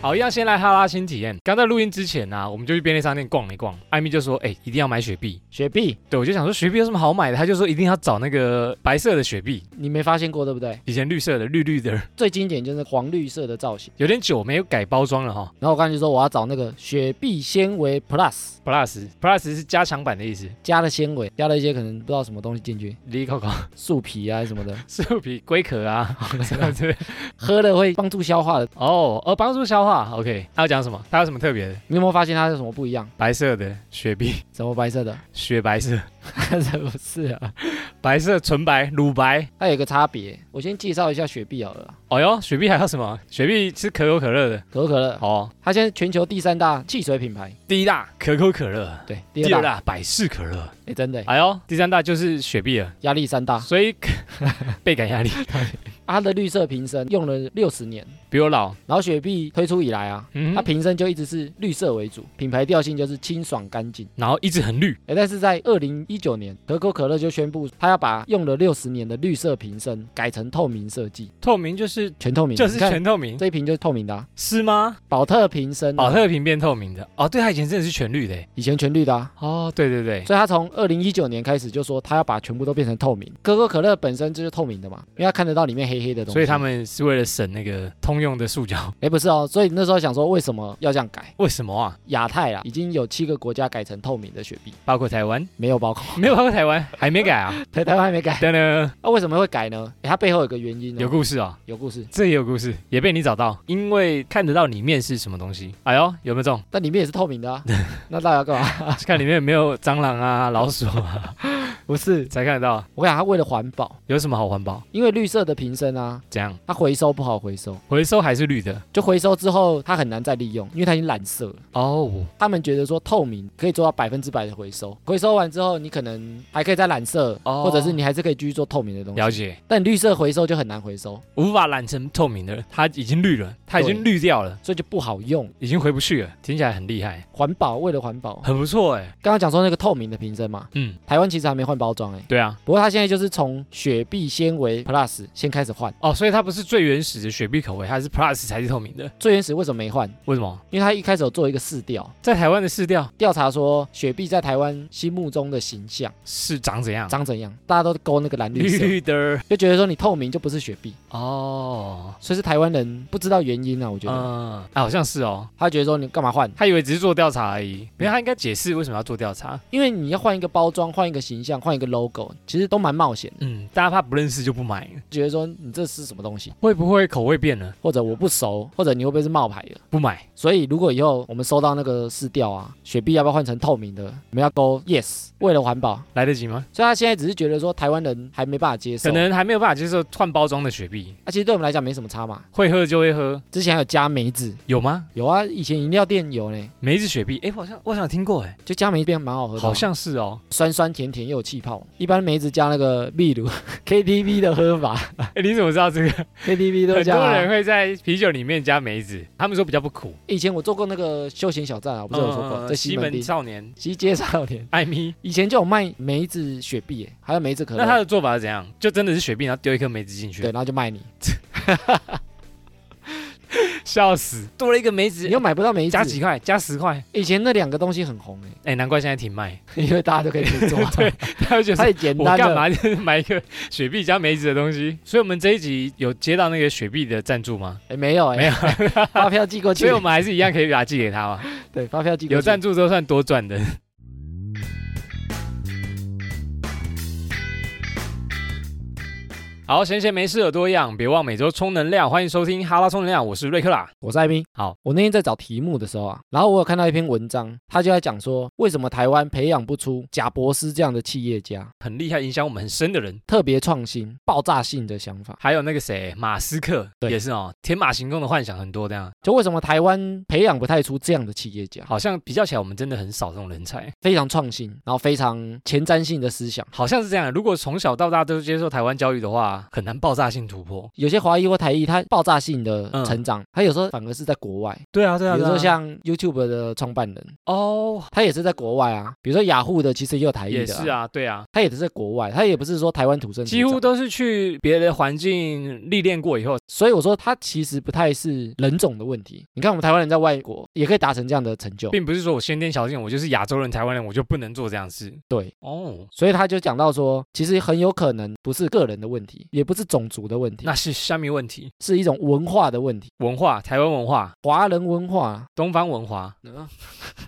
好，一样先来哈拉新体验。刚在录音之前呢、啊我们就去便利商店逛了一逛。艾米就说：“哎、一定要买雪碧。雪碧，”对，我就想说雪碧有什么好买的？他就说一定要找那个白色的雪碧，你没发现过对不对？以前绿色的，绿绿的，最经典就是黄绿色的造型。有点久没有改包装了哈。然后我刚才就说我要找那个雪碧纤维 Plus， Plus Plus 是加强版的意思。加了纤维，加了一些可能不知道什么东西进去，离口口 树皮啊什么的，树皮、龟壳啊， 这样子。喝了会帮助消化的。哦，呃，帮助消化。OK，他要讲什么？他有什么特别的？你有没有发现它有什么不一样？白色的雪碧，什么白色的？雪白色，这不是啊，白色纯白、乳白。它有一个差别。我先介绍一下雪碧好了啦，哦哟，雪碧还有什么？雪碧是可口可乐的。可口可乐，哦，它现在全球第三大汽水品牌，第一大可口可乐，对，第第二二大，大百事可乐，哎，真的，哎呦，第三大就是雪碧了，压力山大。啊所以 倍感 压力。它的绿色瓶身用了六十年，比我老，然后雪碧推出以来啊，嗯它，瓶身就一直是绿色为主，品牌调性就是清爽干净。然后一直很绿，哎，但是在二零一九年，可口可乐就宣布，它要把用了六十年的绿色瓶身改成透明设计，透明就是全透明。就是你看全透明，嗯这一瓶就是透明的、啊，是吗？宝特瓶身、啊保，特瓶变透明的，哦，对，它以前真的是全绿的欸耶，以前全绿的、啊。哦，对对对，所以它从二零一九年开始就说，它要把全部都变成透明。可口可乐本身就是透明的嘛，因为它看得到里面黑黑的东西。所以他们是为了省那个通用的塑胶，哎不是哦，所以那时候想说为什么要这样改？为什么啊？亚太啊，已经有七个国家改成透明的雪碧，包括台湾，没有包括 没有包括台湾，还没改 啊？台台湾还没改。啊等等，那、为什么会改呢？诶它背后有个原因、哦，有故事啊、有故事，这也有故事，也被你找到，因为看得到里面是什么东西。哎呦，有没有中？但里面也是透明 的啊。那大家要干嘛？看里面有没有蟑螂啊、老鼠 啊，不是，才看得到。我想它为了环保，有什么好环保？因为绿色的瓶身啊，怎样？它回收不好回收，回收还是绿的？就回收之后它很难再利用，因为它已经染色了。哦，他们觉得说透明可以做到百分之百的回收，回收完之后你可能还可以再染色，哦或者是你还是可以继续做透明的东了西。解，但绿色回收就很难回收，无法染成透明的，它已经绿了，它已经绿掉了，所以就不好用。已经回不去了。听起来很厉害，环保为了环保， 很不错哎。刚刚讲说那个透明的瓶身嘛，嗯，台湾其实还没换包装哎、对啊，不过它现在就是从雪碧纤维 Plus 先开始换。哦，所以它不是最原始的雪碧口味，它是 Plus 才是透明的。最原始为什么没换？为什么？因为它一开始有做一个试调，在台湾的市调调查说雪碧在台湾心目中的形象是长怎样？长怎样，大家都勾那个蓝绿绿色，啊绿的就觉得说你透明就不是雪碧，哦，所以是台湾人不知道原因啊，我觉得。嗯，啊，好像是哦。他觉得说你干嘛换？他以为只是做调查而已，没有，他应该解释为什么要做调查。因为你要换一个包装，换一个形象，换一个 logo，其实都蛮冒险的。嗯，大家怕不认识就不买了，觉得说你这是什么东西，会不会口味变了？或者我不熟，或者你会不会是冒牌的？不买，所以如果以后我们收到那个试调啊，雪碧要不要换成透明的？我们要勾 yes，为了环保。来得及吗？所以他现在只是觉得说台湾人还没办法接受，可能还没有办法接受换包装的雪碧，啊，其实对我们来讲没什么差嘛。会喝就会喝，之前还有加梅子，有吗？有啊，以前饮料店有呢，梅子雪碧，哎，我好像我好像有听过，哎，就加梅子变蛮好喝的啊，好像是哦。酸酸甜甜又有气泡。一般梅子加那个秘鲁 KTV 的喝 法哎，你怎么知道这个？ ，KTV 都很加多啊、人会在啤酒里面加梅子， 他们说比较不苦。以前我做过那个休闲小站啊，我不是有说过，嗯在西西门门町少年西街少年，艾米，以前就有卖梅子雪碧耶，还有梅子可乐，那他的做法是怎样？就真的是雪碧，然后丢一颗梅子进对，去，然后就卖你，笑死，多了一个梅子你，又买不到梅加几子。块，加十块，以前那两个东西很红哎，哎，难怪现在停 卖， 因为大家都可以自己 做，啊他就觉得太简我单干了。嘛就是买一个雪碧加梅子的东西？所以我们这一集有接到那个雪碧的赞助吗？哎，没有哎，没有，啊发票寄过去所以，我们还是一样可以把它寄给他 嘛。对，发票寄过有去。赞助都算多赚的。好，闲闲没事有多样，别忘每周充能量。欢迎收听哈拉充能量，我是瑞克啦。我是艾斌。好，我那天在找题目的时候啊，然后我有看到一篇文章，他就在讲说，为什么台湾培养不出贾博士这样的企业家，很厉害，影响我们很深的人，特别创新、爆炸性的想法。还有那个谁，马斯克对也是哦，天马行空的幻想很多这样，就为什么台湾培养不太出这样的企业家，好像比较起来，我们真的很少这种人才，非常创新，然后非常前瞻性的思想。好像是这样。如果从小到大都接受台湾教育的话，炸，很难爆炸性突破。有些华裔或台裔，他爆炸性的嗯成长，他有时候反而是在国外，对啊，对比如说像 YouTube 的创办人，哦，他也是在国外啊。比如说雅虎的，其实也有台裔的、也是，啊，对啊，他也是在国外，他也不是说台湾土生土几乎长。都是去别的环境历练过以后，所以我说他其实不太是人种的问题。你看我们台湾人在外国也可以达成这样的成就，并不是说我先天条件我就是亚洲人、台湾人，我就不能做这样的事。对。哦，所以他就讲到说，其实很有可能不是个人的问题，也不是种族的问题，那是虾米问题，是一种文化的问题，文化，台湾文化，华人文化。东方文化，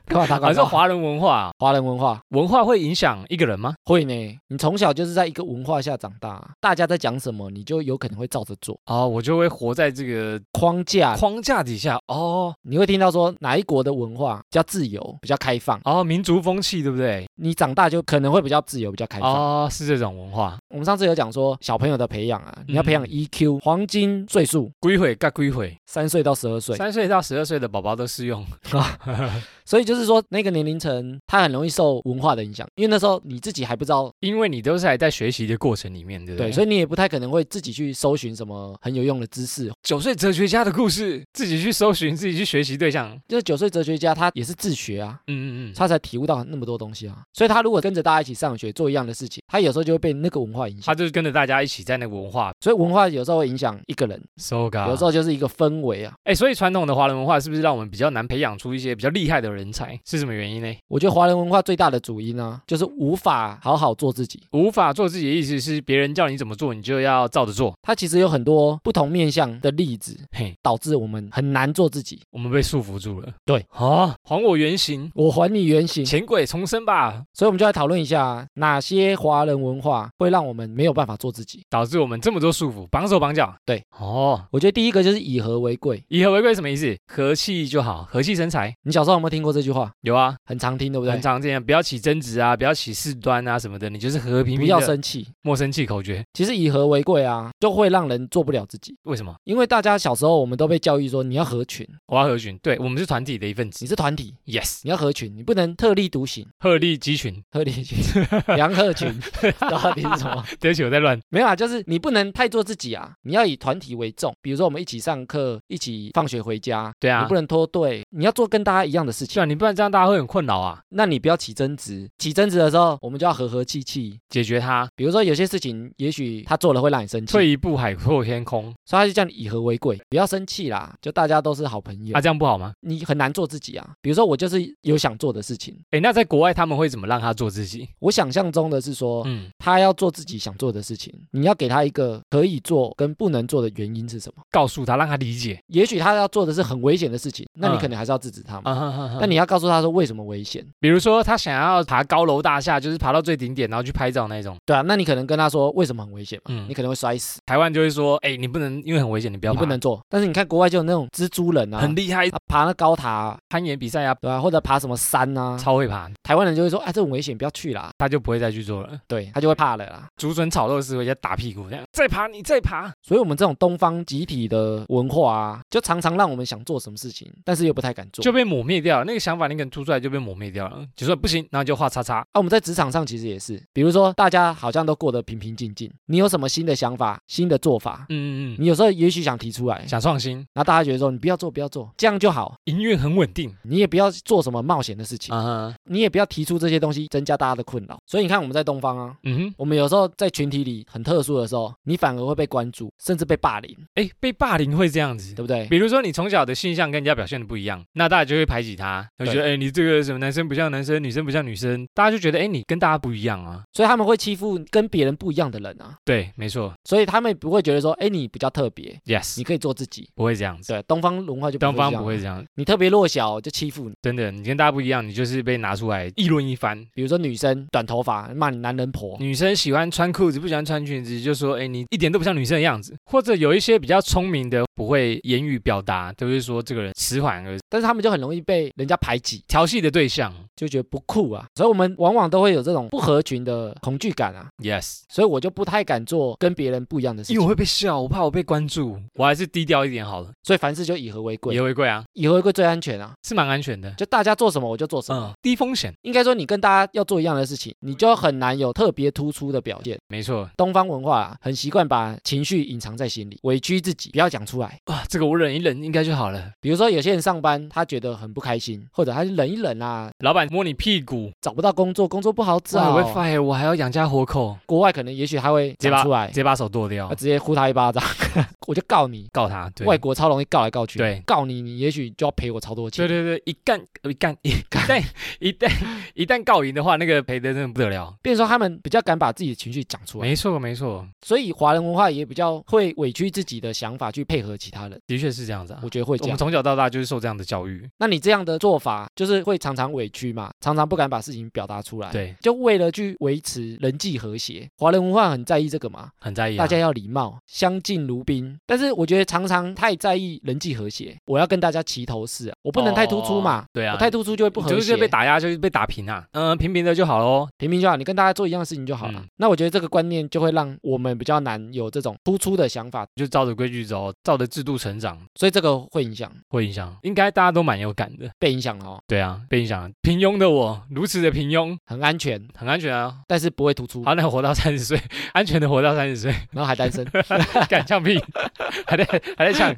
干嘛打还广是告？华人文化啊、华人文化文化会影响一个人吗？会呢，你从小就是在一个文化下长大，大家在讲什么，你就有可能会照着做。哦，我就会活在这个框架，框架底下。哦你会听到说哪一国的文化比较自由、比较开放，哦，民族风气对不对？你长大就可能会比较自由、比较开放。哦，是这种文化，我们上次有讲说小朋友的培养啊，你要培养嗯 EQ，、黄金岁数。归回该归回，三岁到十二岁，三岁到十二岁的宝宝都适用。所以就是说那个年龄层，他很容易受文化的影响，因为那时候你自己还不知道，因为你都是还在学习的过程里面，对不对？对，所以你也不太可能会自己去搜寻什么很有用的知识。九岁哲学家的故事，自己去搜寻，自己去学习对象。就是九岁哲学家，他也是自学啊，嗯嗯嗯，他才体悟到那么多东西啊。所以他如果跟着大家一起上学做一样的事情，他有时候就会被那个文化影响他。就是跟着大家一起在那个文化所以文化有时候会影响一个人， ，so g 有时候就是一个氛围啊。哎、所以传统的华人文化是不是让我们比较难培养出一些比较厉害的人才？是什么原因呢？我觉得华人文化最大的主因呢、就是无法好好做自己。无法做自己的意思是别人叫你怎么做，你就要照着做。它其实有很多不同面向的例子，嘿，导致我们很难做自己。我们被束缚住了。对啊，还我原形，我还你原形，钱鬼重生吧，所以我们就来讨论一下哪些华人文化会让我们没有办法做自己。导致我们这么多束缚，绑手绑脚。对，哦，我觉得第一个就是以和为贵。以和为贵什么意思？和气就好，和气生财。你小时候有没有听过这句话？有啊，很常听，对不对很？常见，不要起争执啊，不要起事端啊什么的，你就是和和平不平要的。生气。莫生气口诀，其实以和为贵啊，就会让人做不了自己。为什么？因为大家小时候我们都被教育说你要合群，我要合群，对我们是团体的一份子。你是团体， Yes， 你要合群，你不能特立独行。鹤立鸡群。 鹤立群，杨鹤群，到底是什么？对不起，我在乱。没有啊，就是你不能太做自己啊，你要以团体为重。比如说我们一起上课，一起放学回家，对你啊不，能脱队，你要做跟大家一样的事对情。啊，你不然这样大家会很困扰啊。那你不要起争执，起争执的时候，我们就要和和气气。解决它，比如说有些事情，也许他做了会让你生气，所以退一步海阔天空。他就叫你以和为贵，不要生气啦。就大家都是好朋友，啊，这样不好吗？你很难做自己啊。比如说我就是有想做的事情，诶，那在国外他们会怎么让他做自己？我想象中的是说，嗯，他要做自己想做的事情，你要给他一个可以做跟不能做的原因是什么？告诉他，让他理解。也许他要做的是很危险的事情，那你嗯可能还是要制止他嘛。啊哈哈哈但你要告诉他说为什么危险，比如说他想要爬高楼大厦，就是爬到最顶点，然后去拍照那种。对啊，那你可能跟他说为什么很危险嘛，嗯你可能会摔死，台湾就会说，诶，你不能，因为很危险，你不要你爬。不能做。但是你看国外就有那种蜘蛛人啊，很厉害，啊爬那高塔啊、攀岩比赛啊，对啊，或者爬什么山啊，超会爬，台湾人就会说啊这很危险，不要去啦，他就不会再去做了。对他就会怕了啦。竹笋炒肉丝回家打屁股，这样再爬你再爬。所以，我们这种东方集体的文化啊，就常常让我们想做什么事情，但是又不太敢做。就被抹灭掉了，那个想法你可能突出来就被抹灭掉了，就说不行，然后就画叉叉。啊，我们在职场上其实也是，比如说大家好像都过得平平静静，你有什么新的想法、新的做法，嗯嗯你有时候也许想提出来，嗯，想创新，然后大家觉得说你不要做，不要做，这样就好，营运很稳定你也不要做什么冒险的事情，啊，你也不要提出这些东西增加大家的困扰。所以你看我们在东方啊。嗯哼，我们有时候在群体里很特殊的时候，你反而会被关注，甚至被霸凌，哎，被霸凌会这样子对。不对？比如说你从小的性向跟人家表现的不一样，那大家就会排挤他，就觉得哎、诶你这个什么男生不像男生，女生不像女生，大家就觉得哎、诶你跟大家不一样啊。所以他们会欺负跟别人不一样的人啊，对，没错所以他们不会觉得说，哎，你比较特别， ，yes，你可以做自己。不会这样子。对，东方文化就不东会方这样啊不会这样，你特别弱小就欺负你。真的，你跟大家不一样，你就是被拿出来议论一番。比如说女生短头发骂你男人婆，女生喜欢穿裤子，不喜欢穿裙子，就说：“哎，你一点都不像女生的样子。”或者有一些比较聪明的，不会言语表达，都是说这个人迟缓而但是他们就很容易被人家排挤，调戏的对象。就觉得不酷啊。所以我们往往都会有这种不合群的恐惧感啊。 Yes，所以我就不太敢做跟别人不一样的事因为我情，会被笑，我怕我被关 注，我还是低调一点好了。所以凡事就以和为贵也，会贵啊，以和为贵最安全啊。是蛮安全的，就大家做什么我就做什么，嗯，低风险。 应该说你跟大家要做一样的事情，你就很难有特别突出的表现。没错，东方文化啊，很习惯把情绪隐藏在心里，委屈自己，不要讲出来。哇，这个我忍一忍应该就好了。比如说，有些人上班，他觉得很不开心，或者他就忍一忍啊，老板摸你屁股，找不到工作，工作不好这我找会。fire，我还要养家活口，国外可能也许他会直接讲把出来直，接把手剁掉啊，直接呼他一巴掌， 我就告你。告他。对，外国超容易告来告去，对告你，你也许就要赔我超多钱对。对对，一干一干一干， 一旦一旦告赢的话，那个赔的真的不得了。变成说他们比较敢把自己的情绪讲出来，没错没错，所以华人文化也比较会委屈自己的想法去配合其他人，的确是这样子啊我。觉得会我这们样。从小到大就是受这样的教育，那你这样的做法，就是会常常委屈嘛，常常不敢把事情表达出来。。对，就为了去维持人际和谐，华人文化很在意这个嘛，很在意、啊。大家要礼貌，相敬如宾。但是我觉得常常太在意人际和谐，我要跟大家齐头式啊，我不能太突出嘛哦，对啊我太突出就会不你和就谐，是被打压，就是被打平啊，嗯、平平的就好喽。平平就好，你跟大家做一样的事情就好了。嗯那我觉得这个观念就会让我们比较难有这种突出的想法，就照着规矩走，照着制度成长，所以这个会影响，会影响，应该大家都蛮有感的。被影响了哦，对啊，被影响了。平庸的我，如此的平庸，很安全，很安全啊。但是不会突出，好，那活到三十岁， 安全的活到三十岁，然后还单身。敢呛屁， 还在还在呛。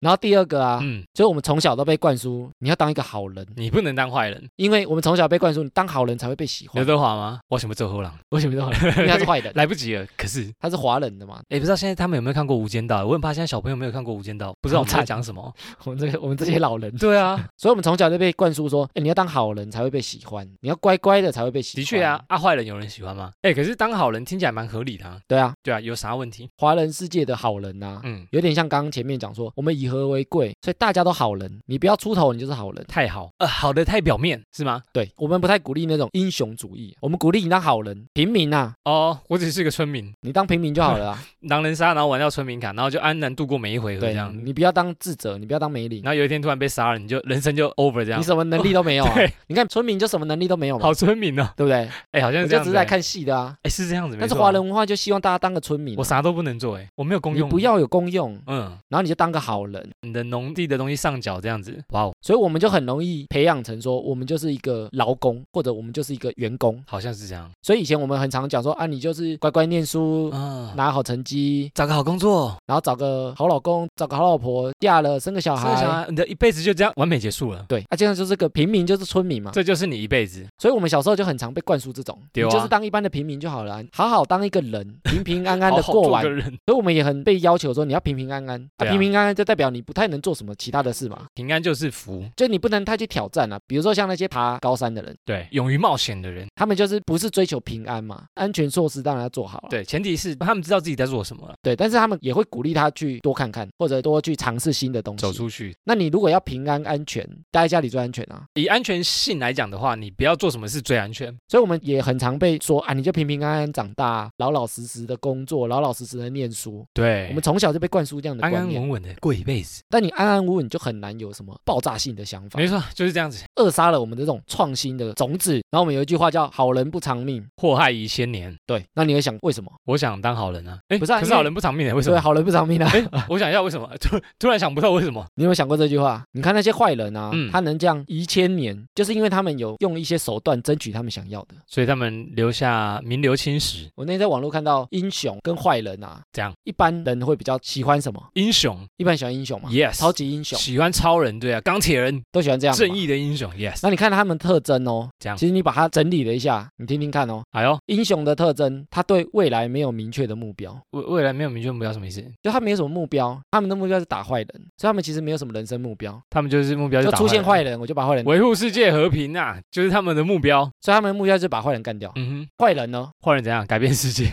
然后第二个啊，嗯，就是我们从小都被灌输你要当一个好人，你不能当坏人。因为我们从小被灌输你当好人才会被喜刘欢。德华吗？我什么走后浪？为什么这么？因为他是坏 人，来不及了。可是，他是华人的嘛。哎，不知道现在他们有没有看过《无间道》？我很怕现在小朋友没有看过《无间道》，不知道我们在讲什么。我们这个我们这些老人， 对啊，所以我们从小就被灌输说，哎，你要当好人才会被喜欢，你要乖乖的才会被喜欢。的确 啊，，啊坏人有人喜欢吗？哎，可是当好人听起来蛮合理的啊。对啊，对啊，有啥问题？华人世界的好人呐、啊。嗯，有点像刚刚前面讲说，我们以和为贵，所以大家都好人，你不要出头，你就是好人。太好，呃，好的太表面是吗？对我们不太鼓励那种英雄主义，我们鼓励你当好人，平民啊，哦，我只是个村民，你当平民就好了啊。狼人杀，然后玩到村民卡，然后 就安然度过每一回合这对样，。你不要当智者，你不要当梅林，然后有一天突然被杀了，你就人生就 over 这样你。什么能力都没有啊 对。你看村民就什么能力都没有嘛，好村民哦，对不对？ 哎，好像我是这就样子只是在，看戏的啊。哎，是这样子。但是没错啊华人，文化就希望大家当个村民啊我，啥都不能做，哎，我没有公你用，不，要有功用，嗯，然后你就当个好人。你的农地的东西上缴这样子，哇哦，所以我们就很容易培养成说，我们就是一个劳工，或者我们就是一个员工。好像是这样，所以以前我们很常讲说啊，你就是乖乖念书，嗯，拿好成绩，找个好工作，然后找个好老公，找个好老婆，嫁了生个小生个小孩。孩，你的一辈子就这样完美结束了，对，啊，这样就是个平民，就是村民嘛，这就是你一辈子，所以我们小时候就很常被灌输这种，对啊你就是当一般的平民就好了啊、好好当一个人，平平安 安好的哦好过做完。个人，所以我们也很被要求说你要平平安安，对啊平平安安就代表你不太能做什么其他的事嘛，平安就是福，就你不能太去挑战啊。比如说像那些爬高山的人，对，勇于冒险的人，他们就是不是追求平安嘛，安全措施当然要做好了。对，前提是他们知道自己在做什么了，对，但是他们也会鼓励他去多看看，或者多去尝试新的东走西。出去，那你如果要平安安全，待在家里最安全啊。以安全性来讲的话，你不要做什么事最安全。所以我们也很常被说啊，你就平平安安长大，老老实实的工作，老老实实的念书。对我们从小就被灌输这样的安观安念，稳稳的过一辈子，但你安安稳稳就很难有什么爆炸性的想法，没错，就是这样子，扼杀了我们的这种创新的种子。然后我们有一句话叫“好人不长命祸害一千年。”，对，那你会想为什么？我想当好人啊，哎，不是啊可是因为好人不长命的，为什对，么？哎好人不长命啊！ 我想一下为什么，突突然想不到为什么。 你有没有想过这句话？你看那些坏人啊，嗯他能这样一千年，就是因为他们有用一些手段争取他们想要的。所以他们留下名留青史，我那天在网络看到英雄跟坏人啊，这样一般人会比较喜欢什么？英雄一般喜欢英雄嘛，yes，超级英雄喜欢超人，对啊，钢铁人，都喜欢这样嘛。正义的英雄，yes，那你看他们特征哦，这样其实你把它整理了一下，你听听看哦。哎呦，英雄的特征，他对未来没有明确的目标，未未来没有明确目标什么意思？就他没有什么目标，他们的目标是打坏人，所以他们其实没有什么人生目标，他们就是目标就打出现坏坏人，人我就把坏人，维护世界和平啊，就是他们的目标。所以他们的目标就是把坏人干掉。嗯哼，坏人呢？坏人怎样改变世界？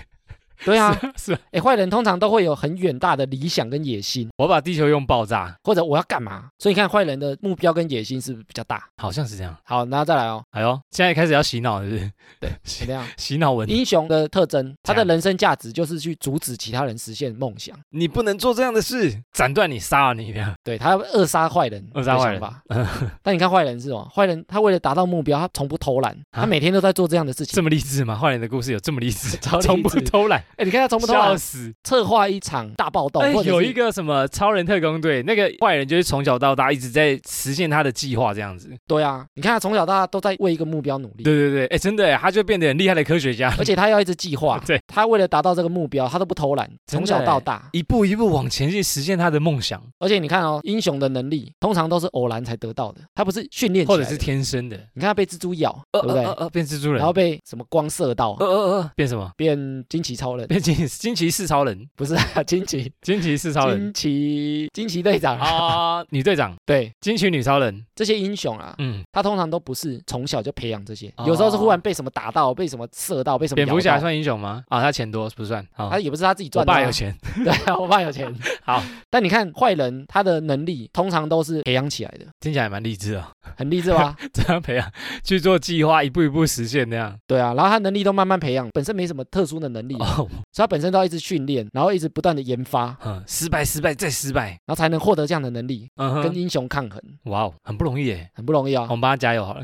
对啊， 是啊，哎，坏人通常都会有很远大的理想跟野心，我把地球用爆炸，或者我要干嘛，所以你看坏人的目标跟野心是不是比较大？好像是这样。好，然后再来哦，哎呦，现在开始要洗脑了是不 是？怎么样？洗脑文，英雄的特征，他的嗯这样人生价值就是去阻止其他人实现梦想，你不能做这样的事，斩断你，杀了你 这样。对他要扼杀坏人的扼杀坏想人法。 但你看坏人是什么？坏人他为了达到目标，他从不偷懒，啊他每天都在做这样的事 情。这么励志吗？坏人的故事有这么励志，超励志从不偷懒，哎，你看他从不从笑死！策划一场大暴动，哎，或者有是一个什么超人特工队，那个坏人就是从小到大一直在实现他的计划，这样子。对啊，你看他从小到大都在为一个目标努力，对对对，哎，真的耶，他就变得很厉害的科学家，，而且他要一直计划对，他为了达到这个目标，他都不偷懒，真的从小到欸大。一步一步往前去实现他的梦想，而且你看哦，英雄的能力通常都是偶然才得到的，他不是训练起或来者的是天生的，你看他被蜘蛛咬，呃对不对？呃呃呃变蜘蛛人，然后被什么光射到，呃呃呃变什么？变惊奇超人，变惊惊奇四超人，不是啊，惊奇惊奇四超人惊奇惊奇队长啊，啊，女队长， 对惊奇女超人，这些英雄啊，嗯，他通常都不是从小就培养这些，哦有时候是忽然被什么打到，被什么射到，被什么蝙蝠咬侠到。算英雄吗？啊，他钱多不算，好他，也不是他自己我赚的、啊爸有，钱， 对啊，我爸有钱。好，但你看坏人，他的能力通常都是培养起来的，听起来蛮励志的哦， 很励志吧？这样培养去做计划，一步一步实现那样。对啊，然后他能力都慢慢培养，本身没什么特殊的能力，所哦，以他本身都要一直训练，然后一直不断的研发，然嗯，失败，失败，再失败，后才能获得这样的能力，嗯哦跟哼，英雄抗衡，哇哦，很不容易耶，很不容易啊我。们帮他加油好了。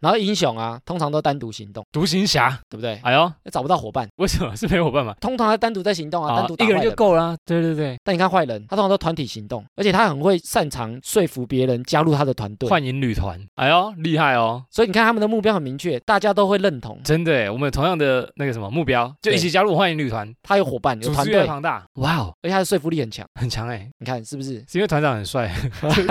然后英雄啊，通常都单独行动，独行侠，对不对？哎呦，找不到伙伴，为什么是没有伙伴嘛？通常他单独在行动啊，单独打哦一个人坏就人够了啊。对对对，但你看坏人，他通常都团体行动，而且他很会擅长说服别人加入他的团队。幻影旅团，哎呦，厉害哦，所以你看他们的目标很明确，大家都会认同。真的耶，我们有同样的那个什么目标，就一起加入幻影旅团，他有伙伴，有组团织队，越而庞大，哇哦，且他的说服力很强。很强哎，你看是不是？是因为团长很帅，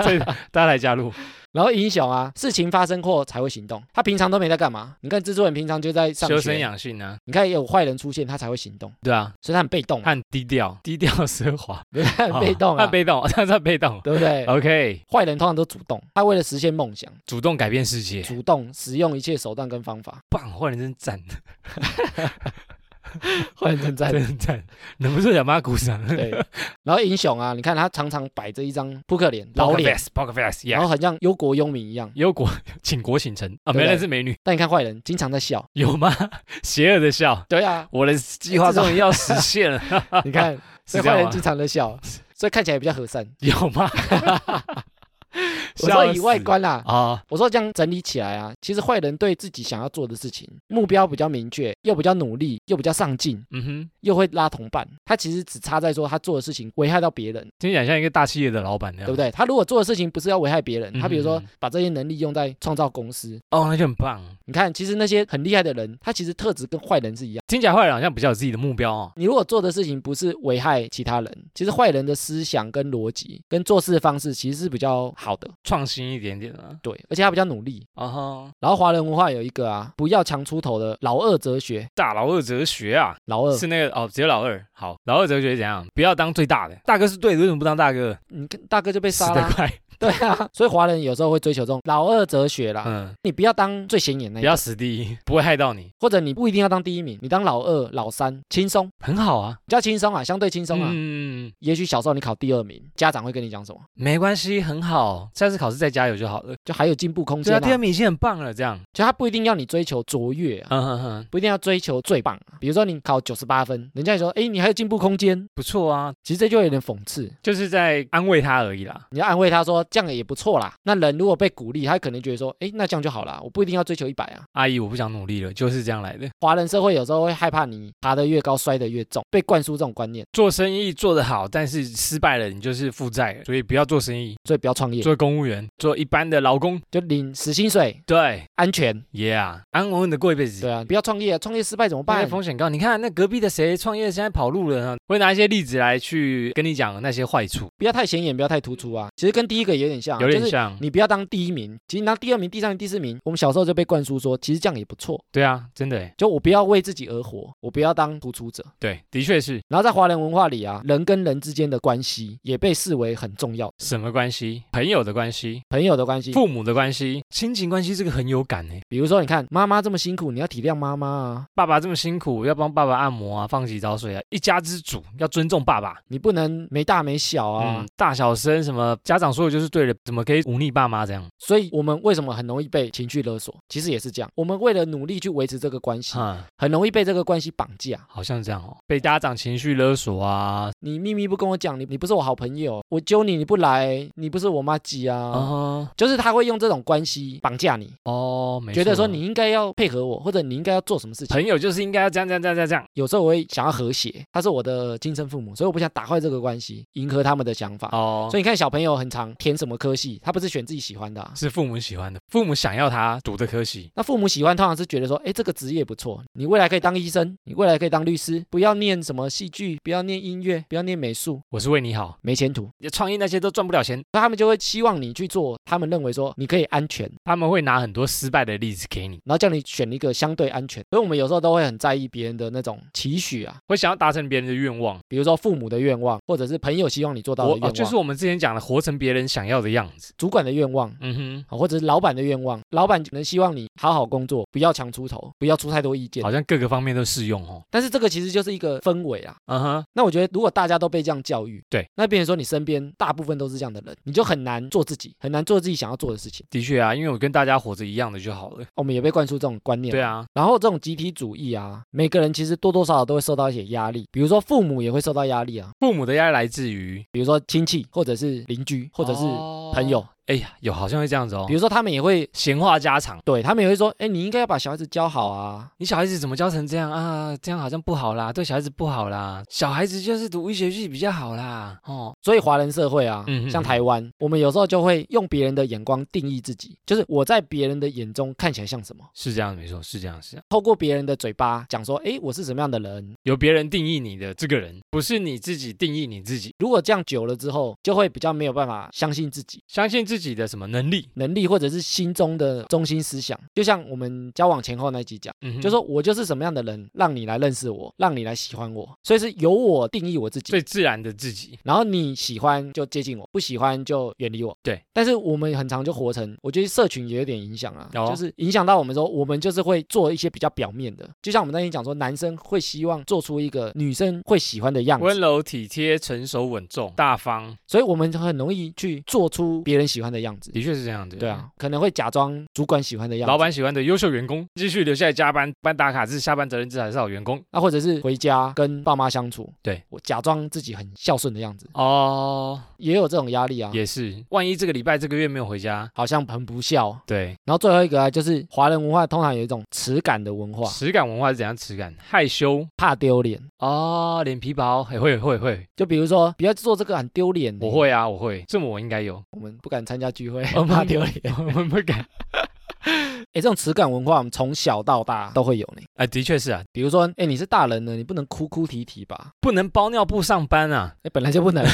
所以 大家来加入，然后英雄啊，事情发生后才会行动。他平常都没在干嘛？你看蜘蛛人平常就在上修身学，养性啊，你看有坏人出现，他才会行动，对啊，所以他很被动、 啊，看低调，低调奢华，对他很 被动哦他啊，被哦动，他算被动对不对？ ，OK，坏人通常都主动，他为了实现梦想，主动改变世界，主动使用一切手段跟方法。棒，坏人真赞，坏人真在真赞，忍不住想帮他鼓掌，对。然后英雄啊，你看他常常摆着一张扑克脸、老 Poker 脸， face，poker face，yeah 然后很像忧国忧民一样。忧国倾国倾城啊，对不没对那是美女但你看坏人经常在笑，有吗？邪恶的笑，对啊，我的计划终于要实现了， 你看，所是 这以样啊坏人吗经？常在笑，所以看起来也比较和善。有 吗？我说笑以外死观啦，啊，我说这样整理起来啊，其实坏人对自己想要做的事情目标比较明确，又比较努力，又比较上进，嗯哼，又会拉同伴。他其实只差在说他做的事情危害到别人，听起来像一个大企业的老板那对样，不对？对？他如果做的事情不是要危害别人，他比如说嗯把这些能力用在创造公司。哦，那就很棒。你看，其实那些很厉害的人，他其实特质跟坏人是一样。听起来坏人好像比较有自己的目标哦。你如果做的事情不是危害其他人，其实坏人的思想跟逻辑跟做事的方式其实是比较好的，创新一点点啊，对，而且他比较努力。啊哈，然后华人文化有一个啊，不要强出头的老二哲学，大老二哲学啊，老二，是那个哦，只有老二。好，老二哲学是怎样？不要当最大的，大哥是对的，为什么不当大哥？你看大哥就被死杀得了，快， 对啊，所以华人有时候会追求这种老二哲学啦，嗯，你不要当最显眼不那一个，要死第一，不会害到你，或者你不一定要当第一名，你当老二、老三，轻松，很好啊，比较轻松啊，相对轻松啊。嗯。也许小时候你考第二名，家长会跟你讲什么？没关系，很好，下次考试再加油就好了。就还有进步空对间啊，第二啊，名已经很棒了，这样。就他不一定要你追求卓越啊。嗯哼哼，不一定要追求最棒啊，比如说你考九十八分，人家也说，哎，你还有进步空间。不错啊，其实这就有点讽刺，就是在安慰他而已啦。你要安慰他说这样也不错啦。那人如果被鼓励，他可能觉得说，哎，那这样就好啦，我不一定要追求一百啊。阿姨，我不想努力了，就是这样来的。华人社会有时候会害怕你爬得越高摔得越重，被灌输这种观念，做生意做得好，但是失败了，你就是负债了，所以不要做生意，所以不要创业，做公务员，做一般的劳工。就领死薪水，对安全。 ，Yeah，安稳稳的过一辈子。对啊，不要创业，创业失败怎么那办个？风险高，你看那隔壁的谁创业现在跑路了呢？会拿一些例子来去跟你讲那些坏处，不要太显眼，不要太突出啊。其实跟第一个也有点像啊，有就点是像。你不要当第一名，其实你当第二名、第三名、第四名，我们小时候就被灌输说，其实这样也不错。对啊，真的耶，就我不要为自己而活，我不要当突出者。对，的确是然后在华人文化里啊，人跟人之间的关系也被视为很重要，什么关系？朋友的关系，朋友的关系。父母的关系、亲情关系，这个很有感哎。比如说，你看妈妈这么辛苦，你要体谅妈妈啊，爸爸这么辛苦，要帮爸爸按摩啊，放洗澡水啊，一家之主要尊重爸爸。嗯你不能没大没小啊。嗯，大小声什么，家长说的就是对的，怎么可以忤逆爸妈这样？所以我们为什么很容易被情绪勒索？其实也是这样，我们为了努力去维持这个关系，啊、很容易被这个关系绑架。好像这样哦，被家长情绪勒索啊，你秘密不跟我讲，你你不是我好朋友，我揪你你不来，你不是我妈鸡啊。哦就是他会用这种关系绑架你，哦，没错觉得说你应该要配合我，或者你应该要做什么事情。朋友就是应该要这样这样这样这样这样，有时候我会想要和谐，他是我的亲生父母，所以我不想打坏这个关系，迎合他们的想法。哦，所以你看，小朋友很常填什么科系，他不是选自己喜欢的啊、是父母喜欢的，父母想要他读的科系，那父母喜欢通常是觉得说，哎，这个职业不错，你未来可以当医生，你未来可以当律师，不要念什么戏剧，不要念音乐，不要念美术，我是为你好，没前途。创业那些都赚不了钱，那他们就会希望你去做，他们认为说你可以安全，他们会拿很多失败的例子给你，然后叫你选一个相对安全。所以我们有时候都会很在意别人的那种期许啊，会想要达成别人的愿望。比如说父母的愿望，或者是朋友希望你做到的我愿哦，望，就是我们之前讲的，活成别人想要的样子。主管的愿望。嗯啊或者是老板的愿望，老板可能希望你好好工作，不要强出头，不要出太多意哼，见好。像各个方面都适用哦。但是这个其实就是一个氛围啊。嗯哼，那我觉得，如果大家都被这样教育，对，那变成说你身边大部分都是这样的人，你就很难做自己，很难做自己想要做的事情。的确啊，因为我跟大家活着一样的就好了。我们也被灌输这种观念。对啊，然后这种集体主义啊，每个人其实多多少少都会受到一些压力，比如说父母也会受到压力啊，父母的压力来自于比如说亲戚或者是邻居或者是朋友，哦哎呀，有好像会这样子哦比。如说他们也会闲话家常，对他们也会说，哎，你应该要把小孩子教好啊，你小孩子怎么教成这样啊？这样好像不好啦，对小孩子不好啦。小孩子就是读医学系比较好啦。哦，所以华人社会啊，嗯哼像台湾，我们有时候就会用别人的眼光定义自己，就是我在别人的眼中看起来像什么，是这样，没错，是这样，是这样。透过别人的嘴巴讲说，哎，我是什么样的人。由别人定义你的这个人，不是你自己定义你自己。如果这样久了之后，就会比较没有办法相信自己相信自己的什么能力？能力，或者是心中的中心思想。就像我们交往前后那集讲，嗯哼，就说我就是什么样的人，让你来认识我，让你来喜欢我，所以是由我定义我自己最。自然的自己。然后你喜欢就接近我，不喜欢就远离我。对，但是我们很常就活成，我觉得社群也有点影响啊，哦就是影响到我们说，我们就是会做一些比较表面的，就像我们那天讲说，男生会希望做出一个女生会喜欢的样温子，柔、体贴、成熟、稳重、大方，所以我们很容易去做出别人喜欢的样子。的确是这样的。对啊，，可能会假装主管喜欢的样子，老板喜欢的优秀员工，继续留下来加班，办打卡制，下班责任制还是好员工。那、或者是回家跟爸妈相处，对我假装自己很孝顺的样子，哦，也有这种压力啊，也是，万一这个礼拜、这个月没有回家，好像很不孝。对，然后最后一个啊，就是华人文化通常有一种耻感的文化，耻感文化是怎样？耻感、害羞怕丢脸。哦，脸皮薄，嘿会会会，就比如说，不要做这个很丢脸欸。我会啊，我会，这么我应该 有，我们不敢参加聚会， 我们怕丢 脸。我们不 敢。哎，这种耻感文化，我们从小到大都会有呢。啊，的确是啊，比如说，哎，你是大人了，你不能哭哭啼啼吧？不能包尿布上班啊。哎，本来就不能，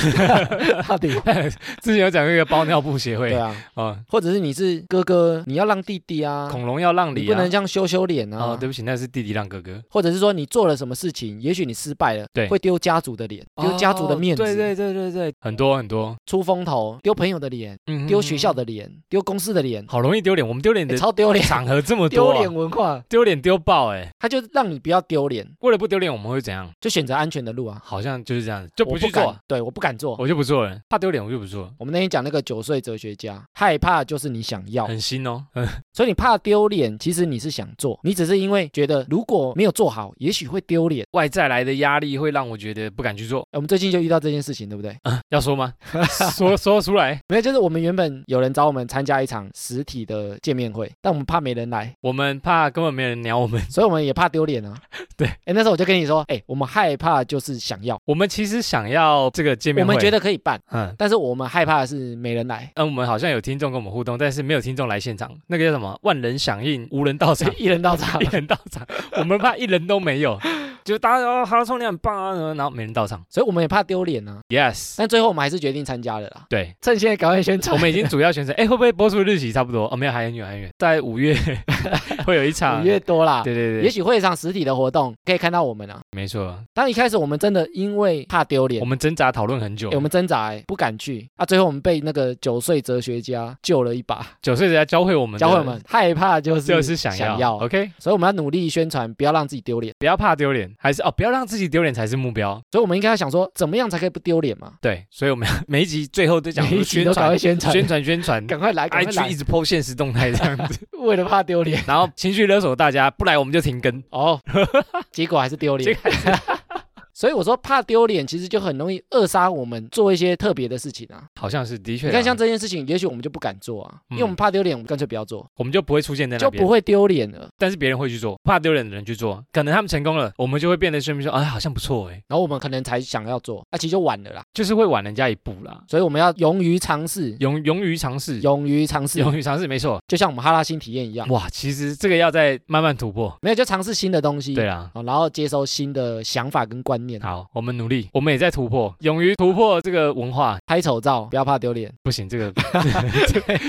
到底 之前有讲过一个包尿布协会对啊？啊，或者是你是哥哥，你要让弟弟啊，恐龙要让你梨不啊能。这样羞羞脸啊。哦，对不起，那是弟弟让哥哥，或者是说你做了什么事情，也许你失败了，对哦会丢家族的脸，丢家族的面子，对对对对对，很多很多，出风头，丢朋友的脸，嗯丢学校的，的脸，丢公司的脸，好容易丢脸，我们丢脸的欸超丢脸，场合这么多丢啊，脸文化，丢脸丢爆哎，他就让你不要丢脸，为了不丢脸，我们会怎样？就选择安全的路啊。好像就是这样子，就我不去敢做，，啊对，我不敢做。我就不做了，怕丢脸我就不做了，我们那天讲那个九岁哲学家，害怕就是你想要，很新哦，嗯所以你怕丢脸，其实你是想做，你只是因为觉得如果没有做好，也许会丢脸。外在来的压力会让我觉得不敢去做，欸我们最近就遇到这件事情，对不对？要说 吗？说说出来，没有，就是我们原本有人找我们参加一场实体的见面会，但我们怕没人来，我们怕根本没人鸟我们，所以我们也怕丢脸啊。 对哎，那时候我就跟你说，哎，我们害怕就是想要，我们其实想要这个见我面会，们觉，得可以办，嗯。但是我们害怕的是没人来，，嗯，我们好像有听众跟我们互动，但是没有听众来现场。那个叫什么？万人响应，无人到场一人到 场一。人到场。我们怕一人都没有， 就大家哦，哈喽，冲你很棒啊，然后没人到场。 所以我们也怕丢脸啊， Yes，但最后我们还是决定参加了啦。对，趁现在赶快宣 传，我们已经主要选择。哎，会不会播出日期差不多？哦，没有，还很远，还很远，在五 月会有一场。五月多啦，啊对对也对，许会有一场实体的活动可以看到我们啊。没错。但一开始我们真的因为怕丢脸我，们挣扎讨论很久诶我，们挣扎、诶不敢去啊。最后我们被那个九岁哲学家救了一把，九岁人家教会我们的，教会我们害怕就是就是想想要。OK，所以我们要努力宣传，不要让自己丢脸。不要怕丢脸，还是哦，不要让自己丢脸才是目标。所以我们应该要想说，怎么样才可以不丢脸嘛？对，所以我们 每一集最后都讲每一说集宣都赶传、快宣传，宣传、宣传赶快来，赶快，IG 一来，直 PO 现实动态这样 子，为了怕丢 脸。然后情绪勒索大家，不来我们就停更。哦，结果还是丢结脸。所以我说怕丢脸，其实就很容易扼杀我们做一些特别的事情啊。好像是的确啊，你看，像这件事情，也许我们就不敢做啊，因为我们怕丢脸，我们干脆不要做，我们就不会出现在那就边不，会丢脸了。但是别人会去做，怕丢脸的人去做，可能他们成功了，我们就会变得顺便说，哎，好像不错哎，然后我们可能才想要做，啊那、其实就晚了啦。就是会晚人家一步啦。所以我们要勇于尝试，勇勇于尝试，勇于尝试，勇于尝试，没错。就像我们哈拉新体验一样，哇，其实这个要再慢慢突破。没有就尝试新的东西，对啦，哦，然后接收新的想法跟观念。好，我们努力，我们也在突破，勇于突破这个文化。拍丑照不要怕 丢脸，不行，这个这个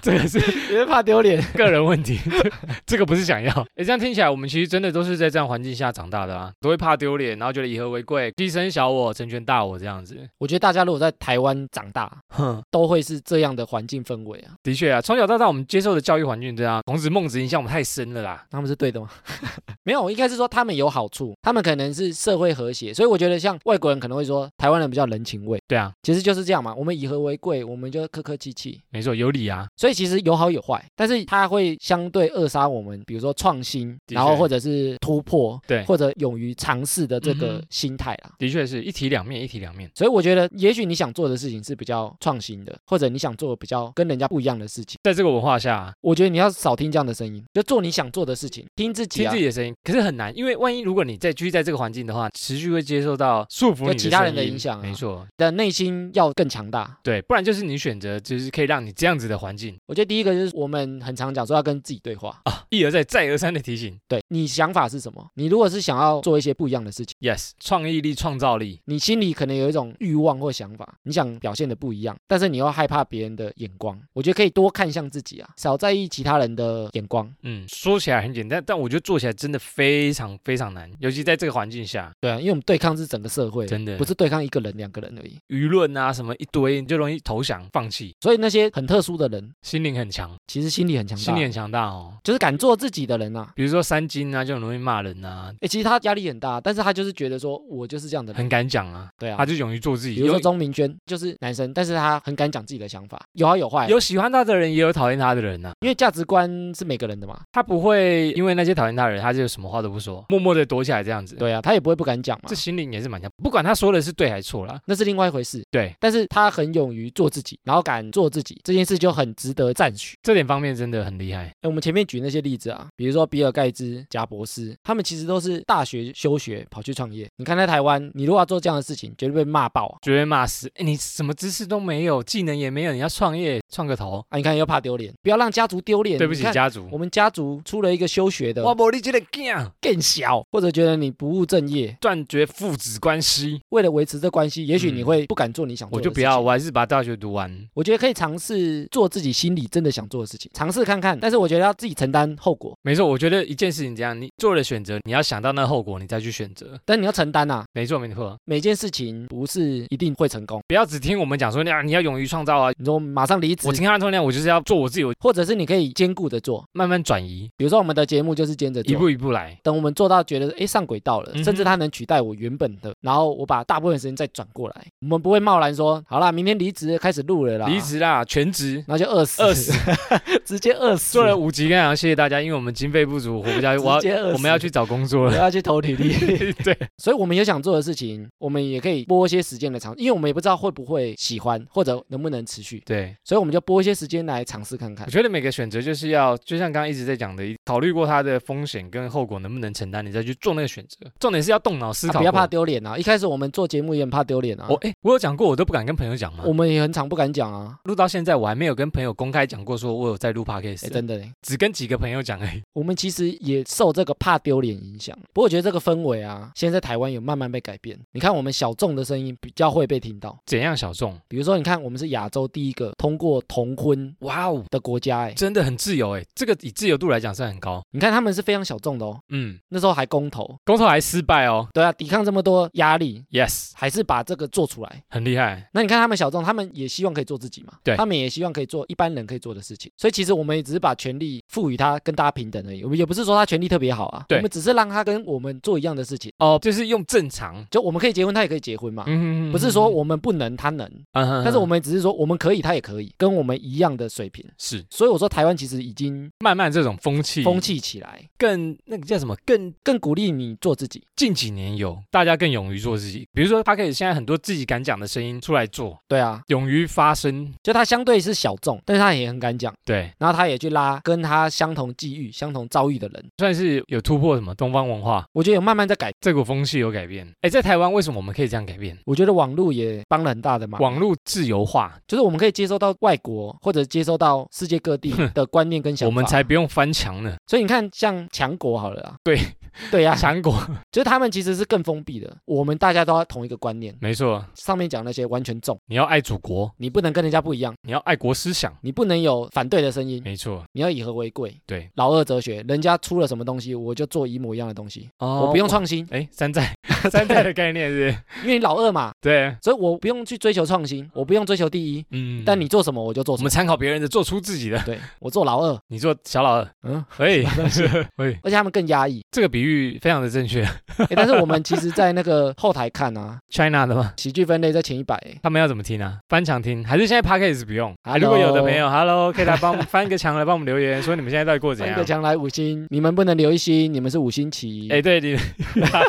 这个是别怕丢脸。 个人问题， 这个不是想要。诶，这样听起来，我们其实真的都是在这样环境下长大的啊，都会怕丢脸，然后觉得以和为贵，牺牲小我，成全大我这样子。我觉得大家如果在台湾长大，哼，都会是这样的环境氛围啊。的确啊，从小到大我们接受的教育环境这样，孔子、孟子影响我们太深了啦。他们是对的吗？ 没有，应该是说他们有好处，他们可能是社会和谐，所以我觉得像外国人可能会说台湾人比较人情味，对啊，其实就是这样嘛。我们以和为贵，我们就客客气气，没错，有理啊。所以其实有好有坏，但是它会相对扼杀我们，比如说创新，的确然后或者是突破，对或者勇于尝试的这个嗯哼心态啦。的确是一体两面，一体两面。所以我觉得，也许你想做的事情是比较创新的，或者你想做比较跟人家不一样的事情。在这个文化下，我觉得你要少听这样的声音，就做你想做的事情，听自己听啊自，己的声音，可是很难，因为万一如果你再继续在这个环境的话，持续会接受到呃束缚就你其他声人的音影响啊没错，的内心要更强大。对，不然就是你选择就是可以让你这样子的环境我觉得第一个就是我们很常讲说要跟自己对话，啊，一而再再而三的提醒对你想法是什么？你如果是想要做一些不一样的事情， ，yes，创意力、创造力，你心里可能有一种欲望或想法，你想表现的不一样，但是你又害怕别人的眼光。我觉得可以多看向自己啊，少在意其他人的眼光。嗯，说起来很简单，但我觉得做起来真的非常非常难，尤其在这个环境下，对啊，因为我们对抗是整个社会，真的不是对抗一个人、两个人而已。舆论啊什么一堆，你就容易投降、放弃，所以那些很特殊的人，心灵很强，其实心理很强心大理，很强大哦。就是敢做自己的人啊。比如说三金啊，就很容易骂人啊，诶，其实他压力很大，但是他就是觉得说，我就是这样的人。很敢讲啊，对啊他，就勇于做自己。比如说有钟明轩就是男生，但是他很敢讲自己的想法，有好有坏，啊有喜欢他的人，也有讨厌他的人呐、因为价值观是每个人的嘛。他不会因为那些讨厌他的人，他就什么话都不说， 默默的躲起来这样子。，对啊，他也不会不敢讲嘛这，心灵也是蛮强，不管他说的是对还是错啦。那是另外一回事。对，但是他很勇于做自己，然后敢做自己，这件事就很值得赞许。这点方面真的很厉害。哎，我们前面举那些例子啊，比如说比尔盖茨、贾博士，他们其实都是大学休学跑去创业。你看在台湾，你如果要做这样的事情，绝对被骂爆啊！绝对骂死！哎，你什么知识都没有，技能也没有，你要创业创个头，啊，你看又怕丢脸，不要让家族丢脸。对不起你看家族我。们家族出了一个休学的，我无你这个囝，更小，或者觉得你不务正业，断绝父子关系，为了维持这关系，也许嗯你会不敢做你想做我的就不事要，情我还是把大学读完。我觉得可以尝试做自己心里真的想做的事情，尝试看看。但是我觉得要自己承担后果，没错，我觉得一件事情这样，你做了选择，你要想到那后果，你再去选择。但你要承担啊。没错，没错，每件事情不是一定会成功。不要只听我们讲说，你啊，你要勇于创造啊。你说马上离职我，听他说那样，我就是要做我自己，我或者是你可以兼顾着做，慢慢转移，比如说我们的节目就是兼着一做。步一步来。等我们做到觉得诶上轨道了，嗯哼甚至它能取代我原本的，然后我把大部分时间再转过来，我们不会贸然说好啦，明天离职开始录了啦，离，职啦，全职。然后就饿死，饿死， 直接饿死，做了五集，跟大家谢谢大家，因为我们经费不足，活不下去，我直要接饿死，我们要去找工作我了。要去投履历， 对，所以我们有想做的事情，我们也可以拨一些时间来尝，因为我们也不知道会不会喜欢或者能不能持续，对，所以我们就拨一些时间来尝试看看我。觉得每个选择就是要，就像刚刚一直在讲的，考虑过它的风险跟后果能不能承担，你再去做那个选择。重点是要动脑思考、啊不要怕。丢脸啊！一开始我们做节目也很怕丢脸啊，我哎、我有讲过，我都不敢跟朋友讲嘛我。们也很常不敢讲啊。录到现在，我还没有跟朋友公开讲过，说我有在录 podcast，、哎，真的嘞，只跟几个朋友讲而已。我们其实也受这个怕丢脸影响。不过我觉得这个氛围啊，现在台湾有慢慢被改变。你看我们小众的声音比较会被听到，怎样小众？比如说你看我们是亚洲第一个通过同婚哇哦，的国家，哎，真的很自由哎、这个以自由度来讲算很高。你看他们是非常小众的哦。嗯，那时候还公投，公投还失败哦，对啊，抵抗这么多压力， Yes，还是把这个做出来。很厉害，那你看他们小众，他们也希望可以做自己嘛，对他们也希望可以做一般人可以做的事情。所以其实我们也只是把权利赋予他跟大家平等而已，我们也不是说他权利特别好啊，对我们只是让他跟我们做一样的事情，哦，就是用正常，就我们可以结婚，他也可以结婚嘛。嗯不是说，我们不能，他能，嗯哼但是我们只是说我们可以，他也可以，跟我们一样的水平。是所以我说台湾其实已经慢慢这种风气，风气嗯起来，更那个叫什么更更鼓励你做自己。近几年有大家更勇于做自己，比如说他可以现在很多自己敢讲的声音出来做，对啊，勇于发声，就他相对是小众，但是他也很敢讲，对，然后他也去拉跟他相同际遇、相同遭遇的人，算是有突破什么东方文化我觉得有慢慢在改。这股风气有改变。哎，在台湾为什么我们可以这样改变？我觉得网络也帮了很大的忙，网络自由化，就是我们可以接收到外国或者接收到世界各地的观念跟想法。我们才，不用翻墙 呢。所以你看，像强国好了啊，对 对呀、啊，强国，就是他们其实是更封闭的，我们大家都要同一个观念。没错，上面讲那些完全重，你要爱祖国，你不能跟人家不一样，你要爱国思想，你不能有反对的声音，没错。你要以和为贵。对，老二哲学，人家出了什么东西，我就做一模一样的东西，哦我不用。创新，哎，山 寨，山寨的概念是不是因为你老二嘛，对，所以我不用去追求创新，我不用追求第一，嗯但你做什么我就做我什么们。参考别人的，做出自己的。对我做老二，你做小老二，嗯，喂， 喂，而且他们更压抑。这个比喻非常的正确。诶但是我们其实，在那个后台看啊， China 的吗？喜剧分类在前一百、诶他们要怎么听啊？翻墙听，还是现在 podcast 不用？啊、 Hello 如果有的朋友，Hello，可以来帮我们翻个墙来帮我们留言，说你们现在到底过得怎三样个？强来五星，你们不能留一星，你们是五星旗。哎、对你，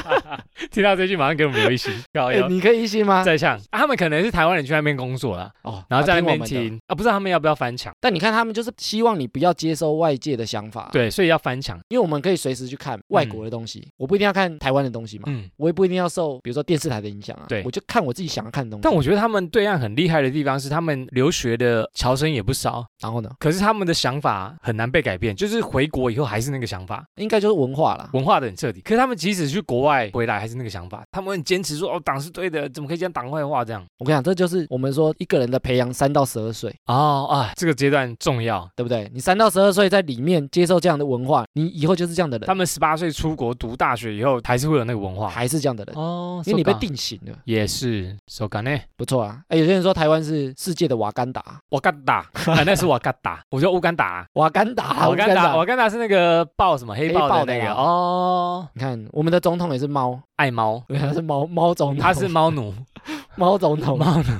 听到这句马上给我们留一星，搞诶要你可以一星吗？再像、啊他们可能是台湾人去那边工作啦，哦，然后在那边来听我们的。听啊，不知道他们要不要翻墙？但你看，他们就是希望你不要接收外界的想法，，对，所以要翻墙。因为我们可以随时去看外国的东西，我不一定要看台湾的东西嘛，嗯，我也不一定要受比如说电视台的影响啊，对我就看我自己想要看的东西。但我觉得他们对岸很厉害的地方是，他们留学的侨生也不少，然后呢，可是他们的想法很难被改变，就是回国以后还是那个想法，应该就是文化啦。文化的很彻底。可是他们即使去国外回来，还是那个想法，他们很坚持说哦，党是对的，怎么可以讲党坏话这样？我跟你讲，这就是我们说一个人的培养，三到十二岁，哦啊，这个阶段重要。对不对？你三到十二岁在里面接受这样的文化，你以后就是这样的人，他们十八岁出国读大学以后，还是会有那个文化。还是这样的人，哦因为你被受感定型了。也是手感呢，不错啊，哎，有些人说台湾是世界的瓦干达，瓦干 达，啊那是瓦干达，我叫乌干达，瓦干达啊，瓦干达，瓦干达是那个豹什么黑黑豹豹的那的个啦哦，你看我们的总统也是猫， 爱猫，他是猫猫总统，他是猫奴， 猫总统，猫奴，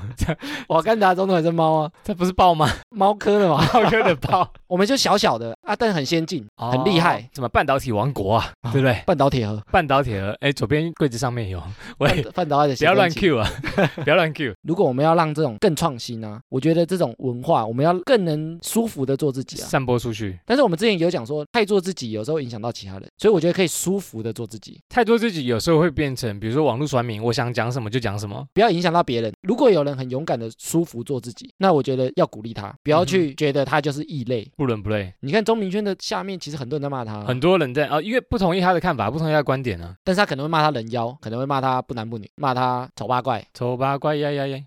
瓦干达总统也是猫啊，这不是豹 吗？猫科的嘛。豹哥的 豹，我们就小小的啊，但很先进，哦很厉害，，什么半导体王国啊，对不对？半导体盒，半导体盒，哎，左边柜子上面 有，喂，半半导体的不要先乱进器 Q 啊， 不要乱 Q。如果我们要让这种更创新啊，我觉得这种文化我们要更能舒服的做自己啊。散播出去，但是我们之前有讲说，太做自己有时候影响到其他人，所以我觉得可以舒服的做自己，太多自己有时候会变成，比如说网络传名，我想讲什么就讲什么。不要影响到别人。如果有人很勇敢的舒服做自己，那我觉得要鼓励他，不要嗯去觉得他就是异类。不伦不类，你看钟明轩的下面，其实很多人在骂他，很多人在啊、因为不同意他的看法，不同意他的观点啊呢、但是他可能会骂他人妖，可能会骂他不男不女，骂他丑 八怪。丑八怪呀呀呀，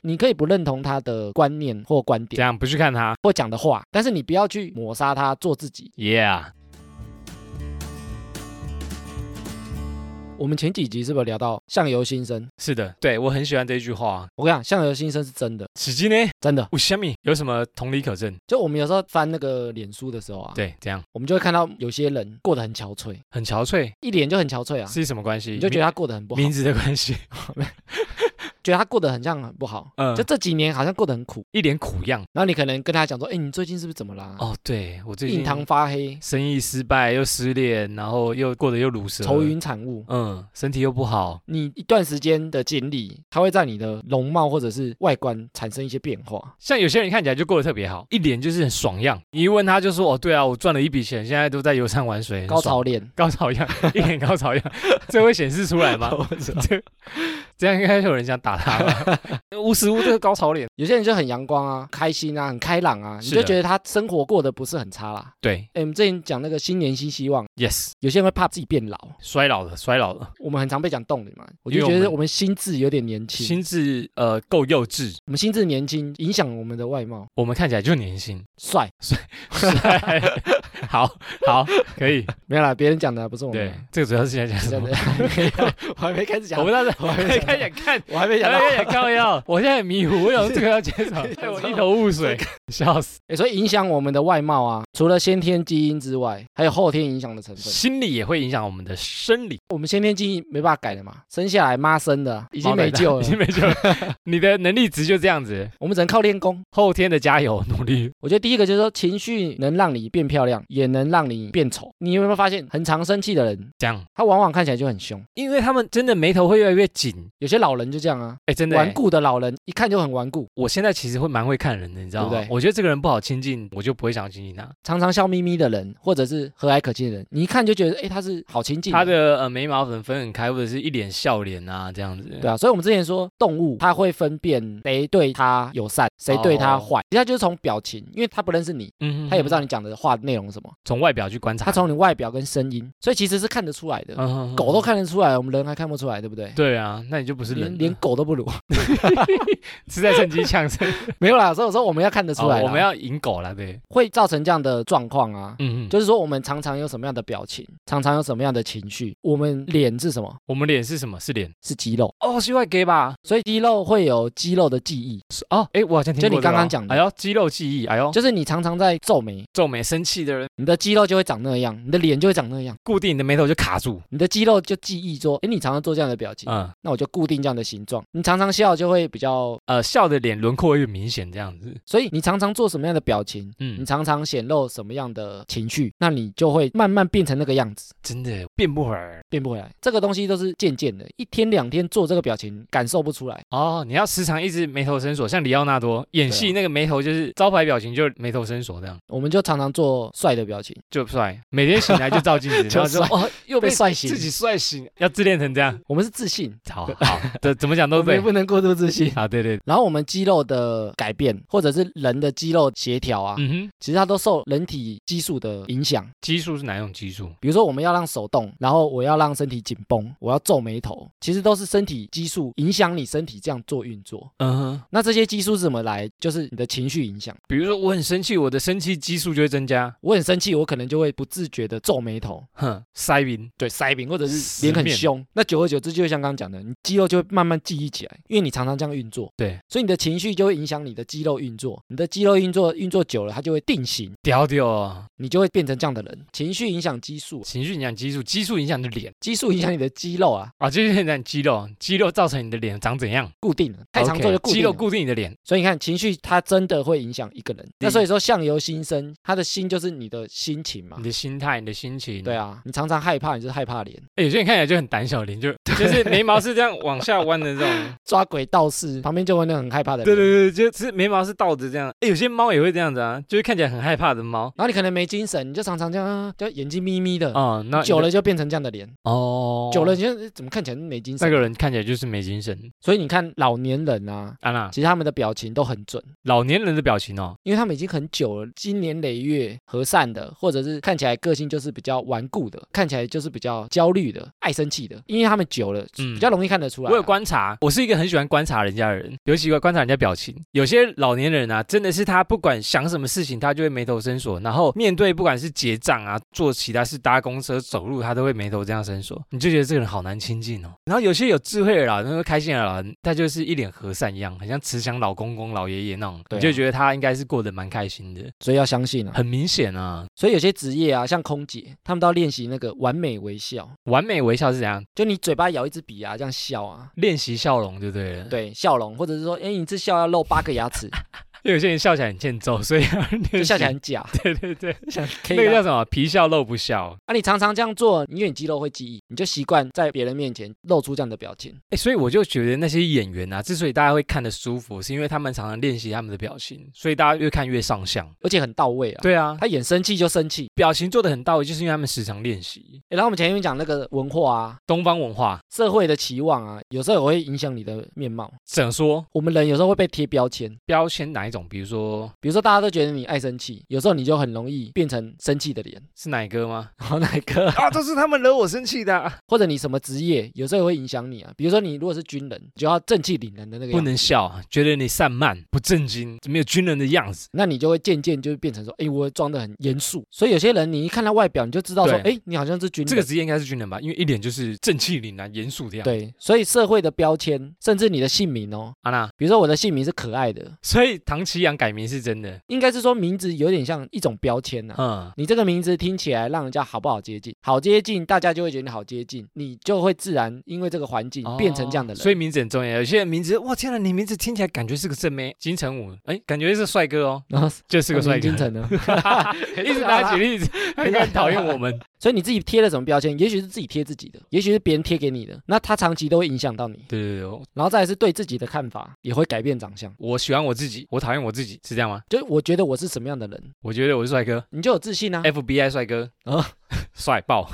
你可以不认同他的观念或观这点样不去看他或讲的话，但是你不要去抹杀他做自己。 ，Yeah，我们前几集是不是有聊到相由心生？是的，对我很喜欢这一句话。我跟你讲，相由心生是真的，此际呢，真的。我虾米有什么同理可证？就我们有时候翻那个脸书的时候啊，对，这样我们就会看到有些人过得很憔悴，很憔悴，一脸就很憔悴啊，是什么关系？你就觉得他过得很不好名，名字的关系，觉得他过得很像很不好。 嗯，就就这几年好像过得很苦，一脸苦样。然后你可能跟他讲说，哎，你最近是不是怎么啦？哦，对我最印近堂发黑，生意失败，又失恋，然后又过得又乳蛇，愁云惨雾。嗯，身体又不好，你一段时间的经历，它会在你的容貌或者是外观产生一些变化。像有些人看起来就过得特别好，一脸就是很爽样。你一问他就说：“哦，对啊，我赚了一笔钱，现在都在游山玩水，很高爽潮恋，高潮样，一脸高潮 样，这会显示出 来吗？这这样应该有人想打他吧？ 无时无刻高潮脸，有些人就很阳光啊，开心啊，很开朗啊，你是的就觉得他生活过得不是很差啦。对哎，我们之前讲那个新年新希望， ，yes，有些人会怕自己变老，衰老了，衰老了，我们很常被讲冻龄嘛，我因就为觉我得们我们心智有点年轻，心智呃够幼稚，我们心智年轻影响我们的外貌， 我们看起来就年轻，帅，帅好好，可以。没有啦，别人讲的不是我们啊对这个的。，主要是想讲什真么的？还没有， 我还没开始讲，我我们那时候我还没开眼看，哎还没开讲到。眼看要，我现在很迷糊，我想说这个要介 绍，害我一头雾 水，笑死。欸所以影响我们的外貌啊，除了先天基因之外，还有后天影响的成分。心理也会影响我们的生理，我们先天基因没办法改的嘛，生下来妈生的，已已经没救了已，经没救了。 你的能力值就这样子， 我们只能靠练功。后天的加油努力。我觉得第一个就是说，情绪能让你变漂亮，也能让你变丑。你有没有发现，很常生气的人，这样，他往往看起来就很凶。因为他们真的眉头会越来越紧。有些老人就这样啊，哎，真的欸，顽固的老人一看就很顽固，我现在其实会蛮会看人的，你知道吗？对不对我觉得这个人不好亲近，我就不会想亲近他。常常笑眯眯的人，或者是和蔼可亲的人，你一看就觉得，哎，他是好亲近。他的呃眉毛粉分很开，或者是一脸笑脸啊，这样子。对啊，所以我们之前说动物它会分辨谁对它友善，谁对它坏，其实它就是从表情，因为它不认识你，哦嗯它也不知道你你讲的话内容是什么，从外表去观察。它从你外表跟声音，所以其实是看得出来的。嗯狗都。看得出来，我们人还看不出来，对不对？对啊，那你就不是人连了，连狗都不如， 是在趁机呛声。没有啦。所以我说我们要看 得出来啦，哦我们要赢狗了，对，会造成这样的状况啊。嗯，就就是说，我们常常有什么样的表情，常常有什么样的情绪，我们脸是什么？我们脸是什么？是脸。是肌肉，哦，是外给吧？所以肌肉会有肌肉的记忆，是哦，哎，我好像听就过你这个刚刚哦讲的哎呦，肌肉记忆，哎呦，就是你常常在皱眉，皱眉生气的人，你的肌肉就会长那样，你的脸就会长那样。固定你的眉头就卡住。你的肌肉就记忆说，诶，你常常做这样的表情，嗯，那我就固定这样的形状。你常常笑就会比较，呃，笑的脸轮廓越明显，这样子。所以你常常做什么样的表情，你嗯，常常显露什么样的情绪，那你就会慢慢变成那个样子，真的变不回来。变不回来。这个东西都是渐渐的，一天两天做这个表情，感受不出来。哦，你要时常一直眉头深锁，像里奥纳多演对戏啊那个眉头就是招牌表情，就眉头深锁这样，我们就常常做帅的表情，就帅。每天醒来就照镜 子，就然后说帅哦， 又被被帅醒自。己帅醒，要自恋成这样。我们是自信，好好，这怎么讲我都们也对。不能过度 自信。啊，对对，然后我们肌肉的改变，或者是人的肌肉协调啊，嗯哼，其实它都受人体激素的影响。激素是哪种激素？比如说我们要让手动，然后我要让身体紧绷，我要皱眉头，其实都是身体激素影响你身体这样做运作。嗯哼，那这些激素是怎么来？就是你的情绪影响。比如说我很生气，我的生气激素就会增加。我很生气，我可能就会不自觉的皱眉头，哼，塞宾，对，腮饼，或者是死脸很面凶。那久而久之，就会像刚刚讲的，你肌肉就会慢慢记忆起来，因为你常常这样运作，对，所以你的情绪就会影响你的肌肉运作，你的肌肉运作运作久了，它就会定型，屌屌哦，你就会变成这样的人。情绪影响激素，情绪影响激素，激素影响你的脸激素影响你的肌肉啊，啊，就是影响你肌肉，肌肉造成你的脸长怎样，固定了，太常做就 OK，固定了。肌肉固定你的脸，所以你看，情绪它真的会影响一个人。那对所以说，相由心生，他的心就是你的心情嘛你。的心态，你的心情，啊对啊，你常常害怕，你就是害怕脸，，欸有些人看起来就很胆小，脸就就是眉毛是这样往下弯的这种 抓鬼道士旁边就会那种很害怕的对脸。对对，就是眉毛是倒着这样。哎、有些猫也会这样子啊，就是看起来很害怕的猫。然后你可能没精神，你就常常这样，啊就眼睛眯眯的，哦，那久了就变成这样的脸，哦，久了你就怎么看起来没精那神？个人看起来就是没精神。所以你看老年人啊，安娜，其实他们的表情都很准，老年人的表情哦，因为他们已经很久了，经年累月和善的，或者是看起来个性就是比较顽固的，看起来就是比较焦虑的，爱生气的，因为他们久了，嗯比较容易看得出来啊。我有观察，我是一个很喜欢观察人家的人，尤其观察人家表情。有些老年人啊，真的是他不管想什么事情，他就会眉头深锁，然后面对不管是结账啊、做其他事、搭公车、走路，他都会眉头这样深锁。你就觉得这个人好难亲近哦。然后有些有智慧的老人、开心的老人，他就是一脸和善一样，很像慈祥老公公、老爷爷那种，对啊你就觉得他应该是过得蛮开心的。所以要相信啊。很明显啊，所以有些职业啊，像空姐，他们都要练习那个完美微笑，完美微笑是怎样？就你嘴巴咬一支笔啊，这样笑啊，练习笑容就对了。，对，笑容，或者是说，哎，你这笑要露八个牙 齿，因为有些人笑起来很欠揍，所以要练习就笑起来。很假， 对对对，想 K 那个啊叫什么？皮笑肉不笑。啊，你常常这样做，因为你肌肉会记忆，你就习惯在别人面前露出这样的表情。哎，所以我就觉得那些演员啊，之所以大家会看得舒服，是因为他们常常练习他们的表情，所以大家越看越上相。而且很到位啊。对啊，他他演生气就生气。哎表情做的很到位，就是因为他们时常练习。诶然后我们前面讲那个文化啊，东方文化社会的期望啊，有时候也会影响你的面貌。怎么说？我们人有时候会被贴标签，标签哪一种？比如说比如说大家都觉得你爱生气，有时候你就很容易变成生气的脸。是奶哥吗？好，哪一个？啊，都是他们惹我生气的或者你什么职业，有时候也会影响你啊。比如说你如果是军人，就要正气凛然的那 个不样子，能笑，觉得你散漫不正经，没有军人的样子。那你就会渐渐就变成说，哎，我装的很严肃。所以有些人你一看他外表，你就知道说，对哎，你好像是军人。这个职业应该是军人吧，因为一脸就是正气凛然、严肃的样子。，对，所以社会的标签，甚至你的姓名哦，安娜，比如说我的姓名是可爱的，所以唐奇阳改名是真的。应该是说名字有点像一种标签呐、嗯，你这个名字听起来让人家好不好接近？好接近，大家就会觉得你好接近，你就会自然因为这个环境变成这样的人。哦 所以名字很重要。有些人名字，哇，天哪，你名字听起来感觉是个正妹，金城武，哎，感觉是帅哥哦，然后就是个帅哥金。城呢？ 一直拿举例子，他应该很讨厌我们。所以你自己贴了什么标签？也许是自己贴自己的，也许是别人贴给你的，那他长期都会影响到你。对对对，然后再来是对自己的看法也会改变长相。我喜欢我自己，我讨厌我自己，是这样吗？就我觉得我是什么样的人，我觉得我是帅哥你就有自信啊。 ，FBI 帅哥啊啊， 帅 爆，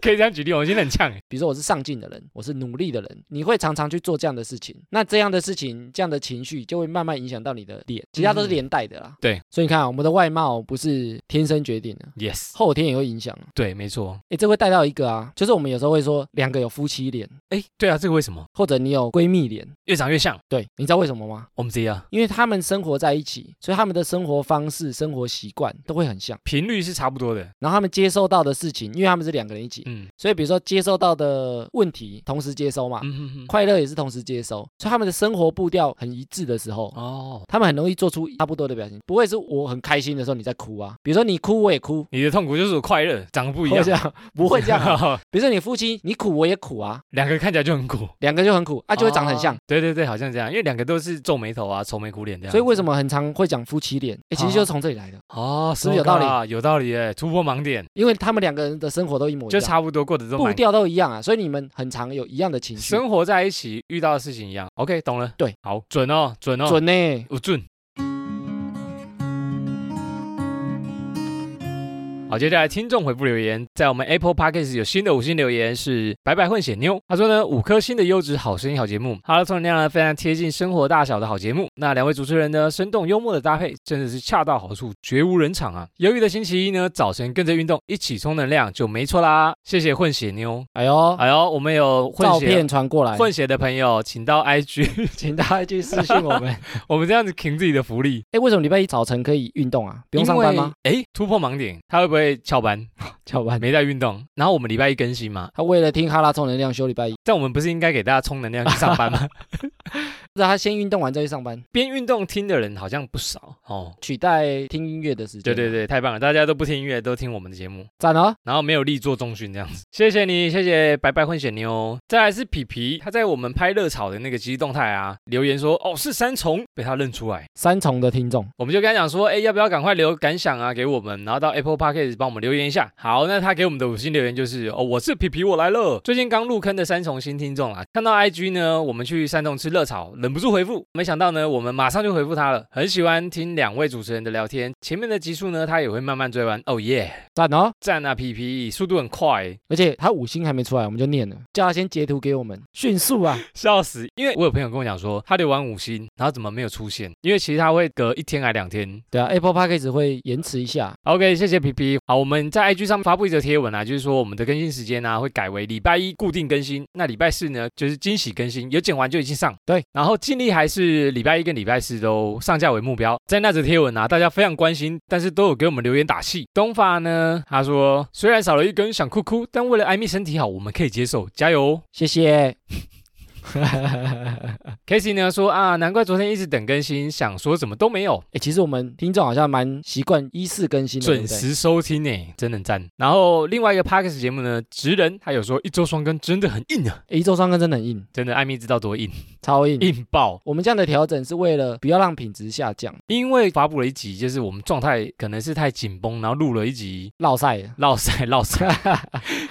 可以这样举例吗，我今天很呛哎。比如说我是上进的人，我是努力的人，你会常常去做这样的事情，那这样的事情，这样的情绪就会慢慢影响到你的脸，其他都是连带的啦。对，所以你看、啊，我们的外貌不是天生决定的， Yes，后天也会影响啊。对，没错。诶，这会带到一个啊，就是我们有时候会说两个有夫妻脸，哎，对啊，这个为什么或者你有闺蜜脸，越长越像？对，你知道为什么吗？我们这啊样因为他们生活在一起，所以他们的生活方式、生活习惯都会很像，频率是差不多的。然后他们接受到的事情，因为他们是两个人一起，嗯所以比如说接受到的问题同时接收嘛，嗯哼哼快乐也是同时接收，所以他们的生活步调很一致的时候。哦，他们很容易做出差不多的表情，不会是我很开心的时候你在哭啊，比如说你哭我也哭，你的痛苦就是我快乐，长得不一或者样这。样 不会这 样啊、样，比如说你夫妻你苦我也苦啊，两个看起来就很苦，两个就很苦啊，就会长得很像哦。。对对对，好像这样，因为两个都是皱眉头啊，愁眉苦脸这样。所以为什么很常会讲夫妻脸？啊哎，其实就是从这里来的，哦，是不是有道理理？有道理哎，突破盲点，因为他们两个人的生活都一模一就样，差不多过得都步蛮。调都一样啊，所以你们很常有一样的情绪，生活在一起遇到的事情一样，OK，懂了。对，好，准哦，准哦，，准呢、我准。好，接下来听众回复留言，在我们 Apple Podcast 有新的五星留言是白白混血妞，他说呢五颗星的优质好声音好节目，哈喽，充能量呢非常贴近生活大小的好节目。那两位主持人呢生动幽默的搭配真的是恰到好处，绝无人场啊！忧郁的星期一呢早晨跟着运动一起充能量就没错啦，谢谢混血妞。哎呦，哎呦，我们有混照血啊片传过来，混血的朋友，请到 IG， 请大家去私信我们。 我们这样子凭自己的福利，哎，为什么礼拜一早晨可以运动啊？不用上班吗？？哎，突破盲点，他会不会翘班？ 翘班。没在运动。然后我们礼拜一更新嘛，他为了听哈拉充能量休礼拜一，但我们不是应该给大家充能量去上 班吗？那他先运动完再去上班，边运动听的人好像不少哦。取代听音乐的时间。对对，对，太棒了！大家都不听音乐，都听我们的节目，赞哦。然后没有力做重训这样子。谢谢你，谢谢白白混血妞。再来是皮皮，他在我们拍热炒的那个机动态啊，留言说哦是三重，被他认出来，三重的听众，我们就跟他讲说，哎，要不要赶快留感想啊给我们，然后到 Apple Podcast 帮我们留言一下。好，那他给我们的五星留言就是，哦，我是皮皮，我来了。最近刚入坑的三重新听众啊，看到 IG 呢，我们去三重吃热炒，忍不住回复，没想到呢，我们马上就回复他了。很喜欢听两位主持人的聊天，前面的集数呢，他也会慢慢追完。哦耶，赞哦。赞啊，皮皮，速度很快，而且他五星还没出来，我们就念了，叫他先截图给我们，迅速啊。笑死！因为我有朋友跟我讲说，他留完五星，然后怎么没有出现？因为其实他会隔一天还两天对啊，Apple Podcast 会延迟一下， OK，谢谢皮皮。好，我们在 IG 上面发布一则贴文啊，就是说我们的更新时间呢、啊会改为礼拜一固定更新，那礼拜四呢就是惊喜更新，有剪完就已经上。对，然后尽力还是礼拜一跟礼拜四都上架为目标。在那则贴文啊，大家非常关心，但是都有给我们留言打气。东发呢，他说虽然少了一根想哭哭，但为了艾米身体好，我们可以接受，加油哦！谢谢。 Casey 呢说啊，难怪昨天一直等更新，想说怎么都没有。哎、其实我们听众好像蛮习惯一四更新的，对准不对？时收听呢，真的很赞。然后另外一个 podcast 节目呢，职人他有说一周双更真的很硬啊，诶哎一周三更真的很硬，真的艾米知道多硬，超硬。硬爆。我们这样的调整是为了不要让品质下降，因为发布了一集，就是我们状态可能是太紧绷，然后录了一集落赛了，落塞落 塞，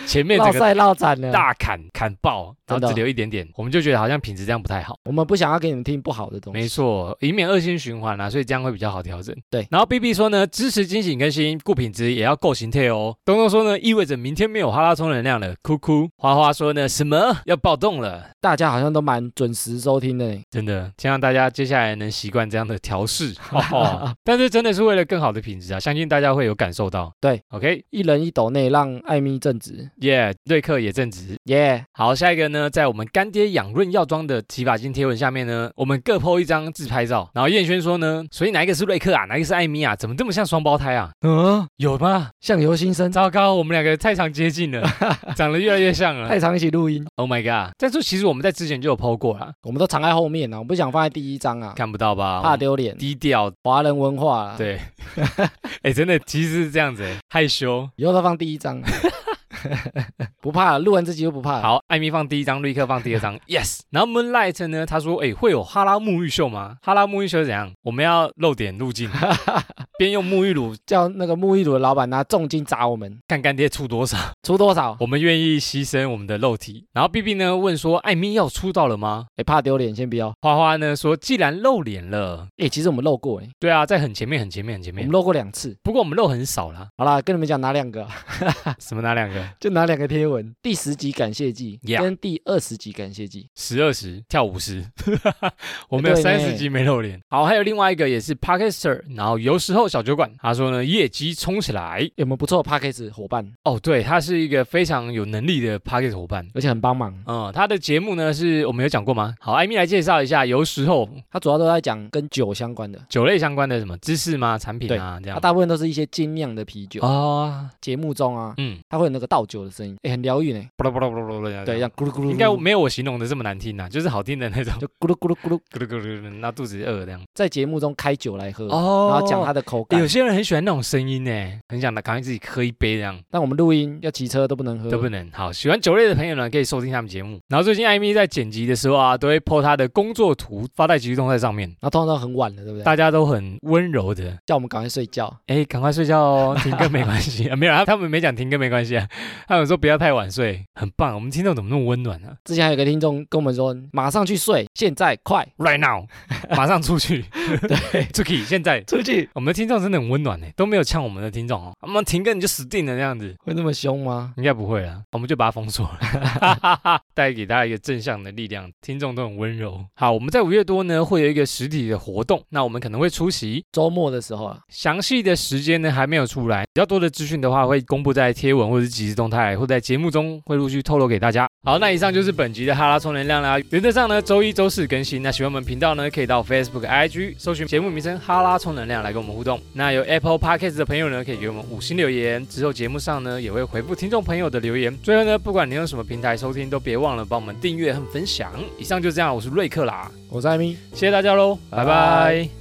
前面落整个赛落惨了。大砍砍爆，然真的后只留一点点，我们就觉得好像品质这样不太好。我们不想要给你们听不好的东西。没错，以免恶性循环啊，所以这样会比较好调整。对然后 B B 说呢，支持惊喜更新，顾品质也要够形态哦。东东说呢，意味着明天没有哈拉充能量了，哭哭。花花说呢，什么要暴动了？大家好像都蛮准时收听的呢。真的，希望大家接下来能习惯这样的调 试。哦、但是真的是为了更好的品质啊，相信大家会有感受到。对，OK，一人一斗内让艾米正直，耶、瑞克也正直。耶、好，下一个呢，在我们干爹养润药妆的洗发精贴文下面呢，我们各 PO 一张自拍照，然后燕轩说呢，所以哪一个是瑞克啊，哪一个是艾米啊，怎么这么像双胞胎啊？嗯，有吗？相由心生，糟糕，我们两个太常接近了，长得越来越像了。太常一起录音， Oh my god！但是其实我们在之前就有 PO 过啦，我们都藏在后面啊，我不想放在第一张啊，看不到吧？怕丢脸，低调。华人文化啊啦，，对，哎、真的其实是这样子、欸，害羞。以后都放第 一张，啊不怕了，录完自己就不怕了。好，艾米放第一张，瑞克放第二张，yes。然后 Moonlight 呢，他说，哎、会有哈拉沐浴秀吗？哈拉沐浴秀是怎样？我们要露点入 境，边用沐浴乳叫那个沐浴乳的老板拿重金砸我们，看干爹出多少， 出多少？我们愿意牺牲我们的肉体。然后 B B 呢问说，艾米要出道了吗？哎，怕丢脸，先不要。花花呢说，既然露脸了，哎，其实我们漏过哎，对啊，在很前面，很前面，很前我面们。漏过两次。不过我们露很少啦，好啦，跟你们讲哪两个啊、什么哪两个？就拿两个贴文，第十集感谢季 Yeah 跟第二十集感谢季。十二十跳舞十， 我们有对三呢十集没露脸。好，还有另外一个也是 Podcaster，然后有时候小酒馆，他说呢业绩冲起来。有没有不错的 p a c k a g e 伙伴，哦，对，他是一个非常有能力的 Podcast 伙伴。而且很帮忙？嗯，他的节目呢是我们有讲过吗？好，艾米来介绍一下，有时候他主要都在讲跟酒相关的，酒类相关的什么知识吗？产品啊，这他样。大部分都是一些精酿的啤酒。哦，节目中啊，嗯，他会有那个倒酒的声音，哎，很疗愈呢。巴拉巴拉巴拉巴拉，对，这，样咕噜咕噜，啊应该没有我形容的这么难听呐，就是好听的那种，就咕噜咕噜咕噜，咕噜咕噜咕噜，那肚子饿这样。在节目中开酒来喝，哦然后讲它的口感有。些人很喜欢那种声音呢，很想拿赶快自己喝一杯这样。但我们录音要骑车都不能喝，都不能。好，喜欢酒类的朋友呢，可以收听他们节目。然后最近艾米在剪辑的时候啊，都会 po 她的工作图发在即时动态上面，然后通常都很晚了，对不对？大家都很温柔的。叫我们赶快睡觉。哎，赶快睡觉哦，停更没关系啊， 没有啊，他们没讲停更没关系啊，他们说不要太晚睡，很棒。我们听众怎么那么温暖啊之前还有个听众跟我们说，马上去睡，现在 快？Right now，马上出去，对，出去，现在出去，我们的听众真的很温暖呢，欸都没有呛我们的听众哦，我们停更你就死定了这样子。会那么凶吗？应该不会啊啦，我们就把它封锁了， 带给大家一个正向的力量。听众都很温柔。好，我们在五月多呢会有一个实体的活动，那我们可能会出席，周末的时候啊，详细的时间呢还没有出来，比较多的资讯的话会公布在贴文或者是即时动态，或者在节目中会陆续透露给大家。好，那以上就是本集的哈拉充能量啦。原则上呢，周一、周四更新。那喜欢我们频道呢，可以到 Facebook、IG 搜寻节目名称“哈拉充能量”来跟我们互动。那有 Apple Podcast 的朋友呢，可以给我们五星留言。之后节目上呢也会回复听众朋友的留言。最后呢，不管你用什么平台收听，都别忘了帮我们订阅和分享。以上就这样，我是瑞克啦，我是艾米。谢谢大家喽，拜拜拜拜